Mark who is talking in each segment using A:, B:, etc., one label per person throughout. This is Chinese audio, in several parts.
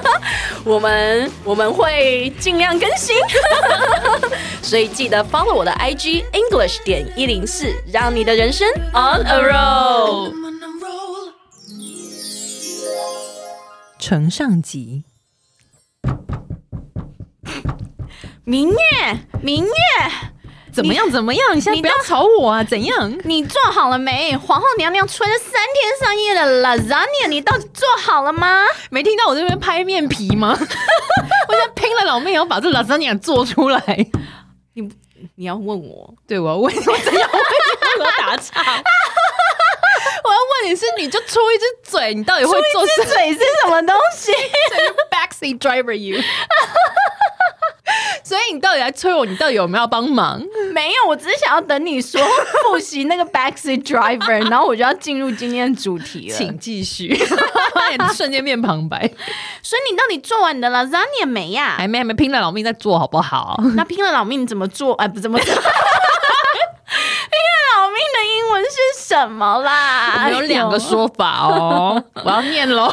A: 我们我们会尽量更新， 所以记得 follow 我的 IG English 点一零四，让你的人生 on a roll。
B: I'm on a roll.
C: 承上集，
A: 明月，明月，
C: 怎么样？怎么样？你现在不要吵我啊！怎样？
A: 你做好了没？皇后娘娘吹了三天三夜的 lasagna，你到底做好了吗？
C: 没听到我这边拍面皮 吗？我想拼了老命也要把这 lasagna 做出来。
A: 你 你要问我，
C: 对，我要问， 我真要问，我要打 岔。我要问你是你就出一只嘴，你到底会做什么
A: 嘴是什么东西？
C: ？Backseat driver you 。 所以你到底来催我？你到底有没有帮忙？
A: 没有，我只是想要等你说复习那个 backseat driver，然后我就要进入今天的主题了。
C: 请继续。 瞬间变旁白，
A: 所以你到底做完你的 lasagna 没呀、
C: 还没还没拼了老命在做好不好？
A: 那拼了老命怎么做？哎、不怎么做？拼 了老命的英文是什么
C: 我
A: 啦？哎
C: 们有两个说法哦，我要念喽。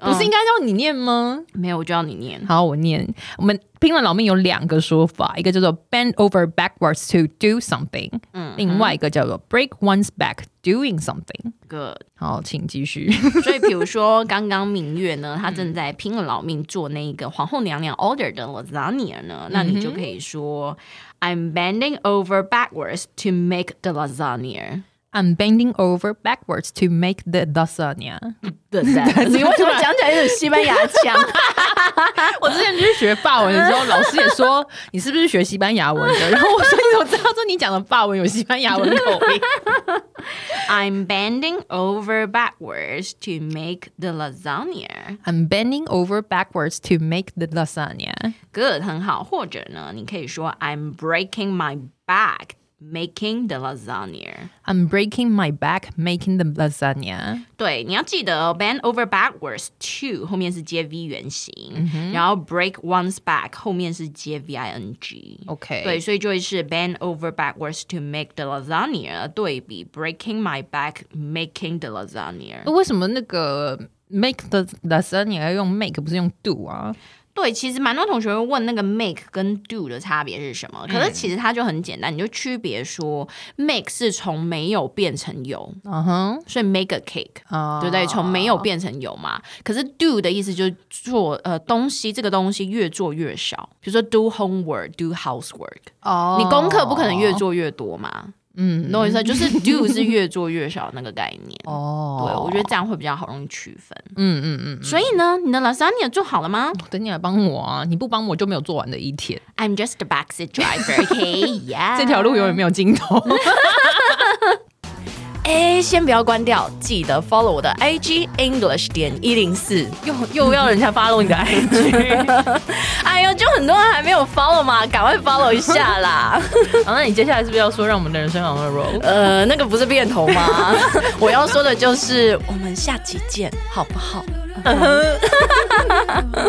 C: 不是应该让你念吗？
A: 没有，我就要你念。
C: 好，我念。我们拼了老命有两个说法，一个叫做 bend over backwards to do something，嗯，另外一个叫做 break one's back doing something。
A: Good。
C: 好，请继续。
A: 所以比如说，刚刚明月呢，她正在拼了老命做那个皇后娘娘 order 的 lasagna 呢，那你就可以说、I'm bending over backwards to make the lasagna。
C: I'm bending over backwards to make the lasagna。
A: 对不对？ 你为什么讲起来有 点西班牙腔？
C: 我之前去学法文的时候，老师也说你是不是学西班牙文的？然后我说你怎么知道？他说你讲的法文有西班牙文口音。
A: I'm bending over backwards to make the lasagna.
C: I'm bending over backwards to make the lasagna。
A: Good，很好。或者呢，你可以说 I'm breaking my back making the lasagna。
C: I'm breaking my back making the lasagna。
A: 对，你要记得哦，bend over backwards to 后面是接 v 原形，然后 break one's back 后面是接 v i n g。
C: OK
A: 对，所以就会是 bend over backwards to make the lasagna 对比 breaking my back making the lasagna。
C: 为什么那个 make the lasagna 要用 make 不是用 do 啊？
A: 对，其实蛮多同学会问那个 make 跟 do 的差别是什么，可是其实它就很简单，你就区别说 make 是从没有变成有，
C: 嗯哼，
A: 所以 make a cake，、
C: 啊
A: 对不对？从没有变成有嘛。可是 do 的意思就是做呃东西，这个东西越做越少，比如说 do homework，do housework，、
C: 哦
A: 你功课不可能越做越多嘛。嗯，你懂我意思？就是 do 是越做越少那个概念。 对，
C: 哦，
A: 我觉得这样会比较好容易区分。
C: 嗯嗯嗯，
A: 所以呢，你的 lasagna 做好了吗？
C: 等你来帮我啊！你不帮我就没有做完的一天，
A: I'm just a backseat driver, okay? Yeah.
C: 这条路永远没有尽头。
A: 哎，先不要关掉，记得 follow 我的 IG English 点一零四。
C: 又又要人家 follow 你的 IG，
A: 哎呦，就很多人还没有 follow 嘛，赶快 follow 一下啦。
C: 好，那你接下来是不是要说让我们的人生 on a roll？
A: 呃，那个不是变头 吗？我要说的就是，我们下期见，好不好？
B: On a roll.